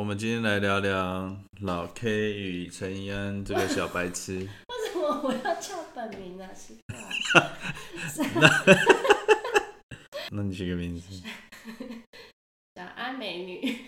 们今天来聊聊老 K 与陈怡安这个小白痴。为什么我要叫本名呢、啊？奇怪， 那你取个名字， 小安美女，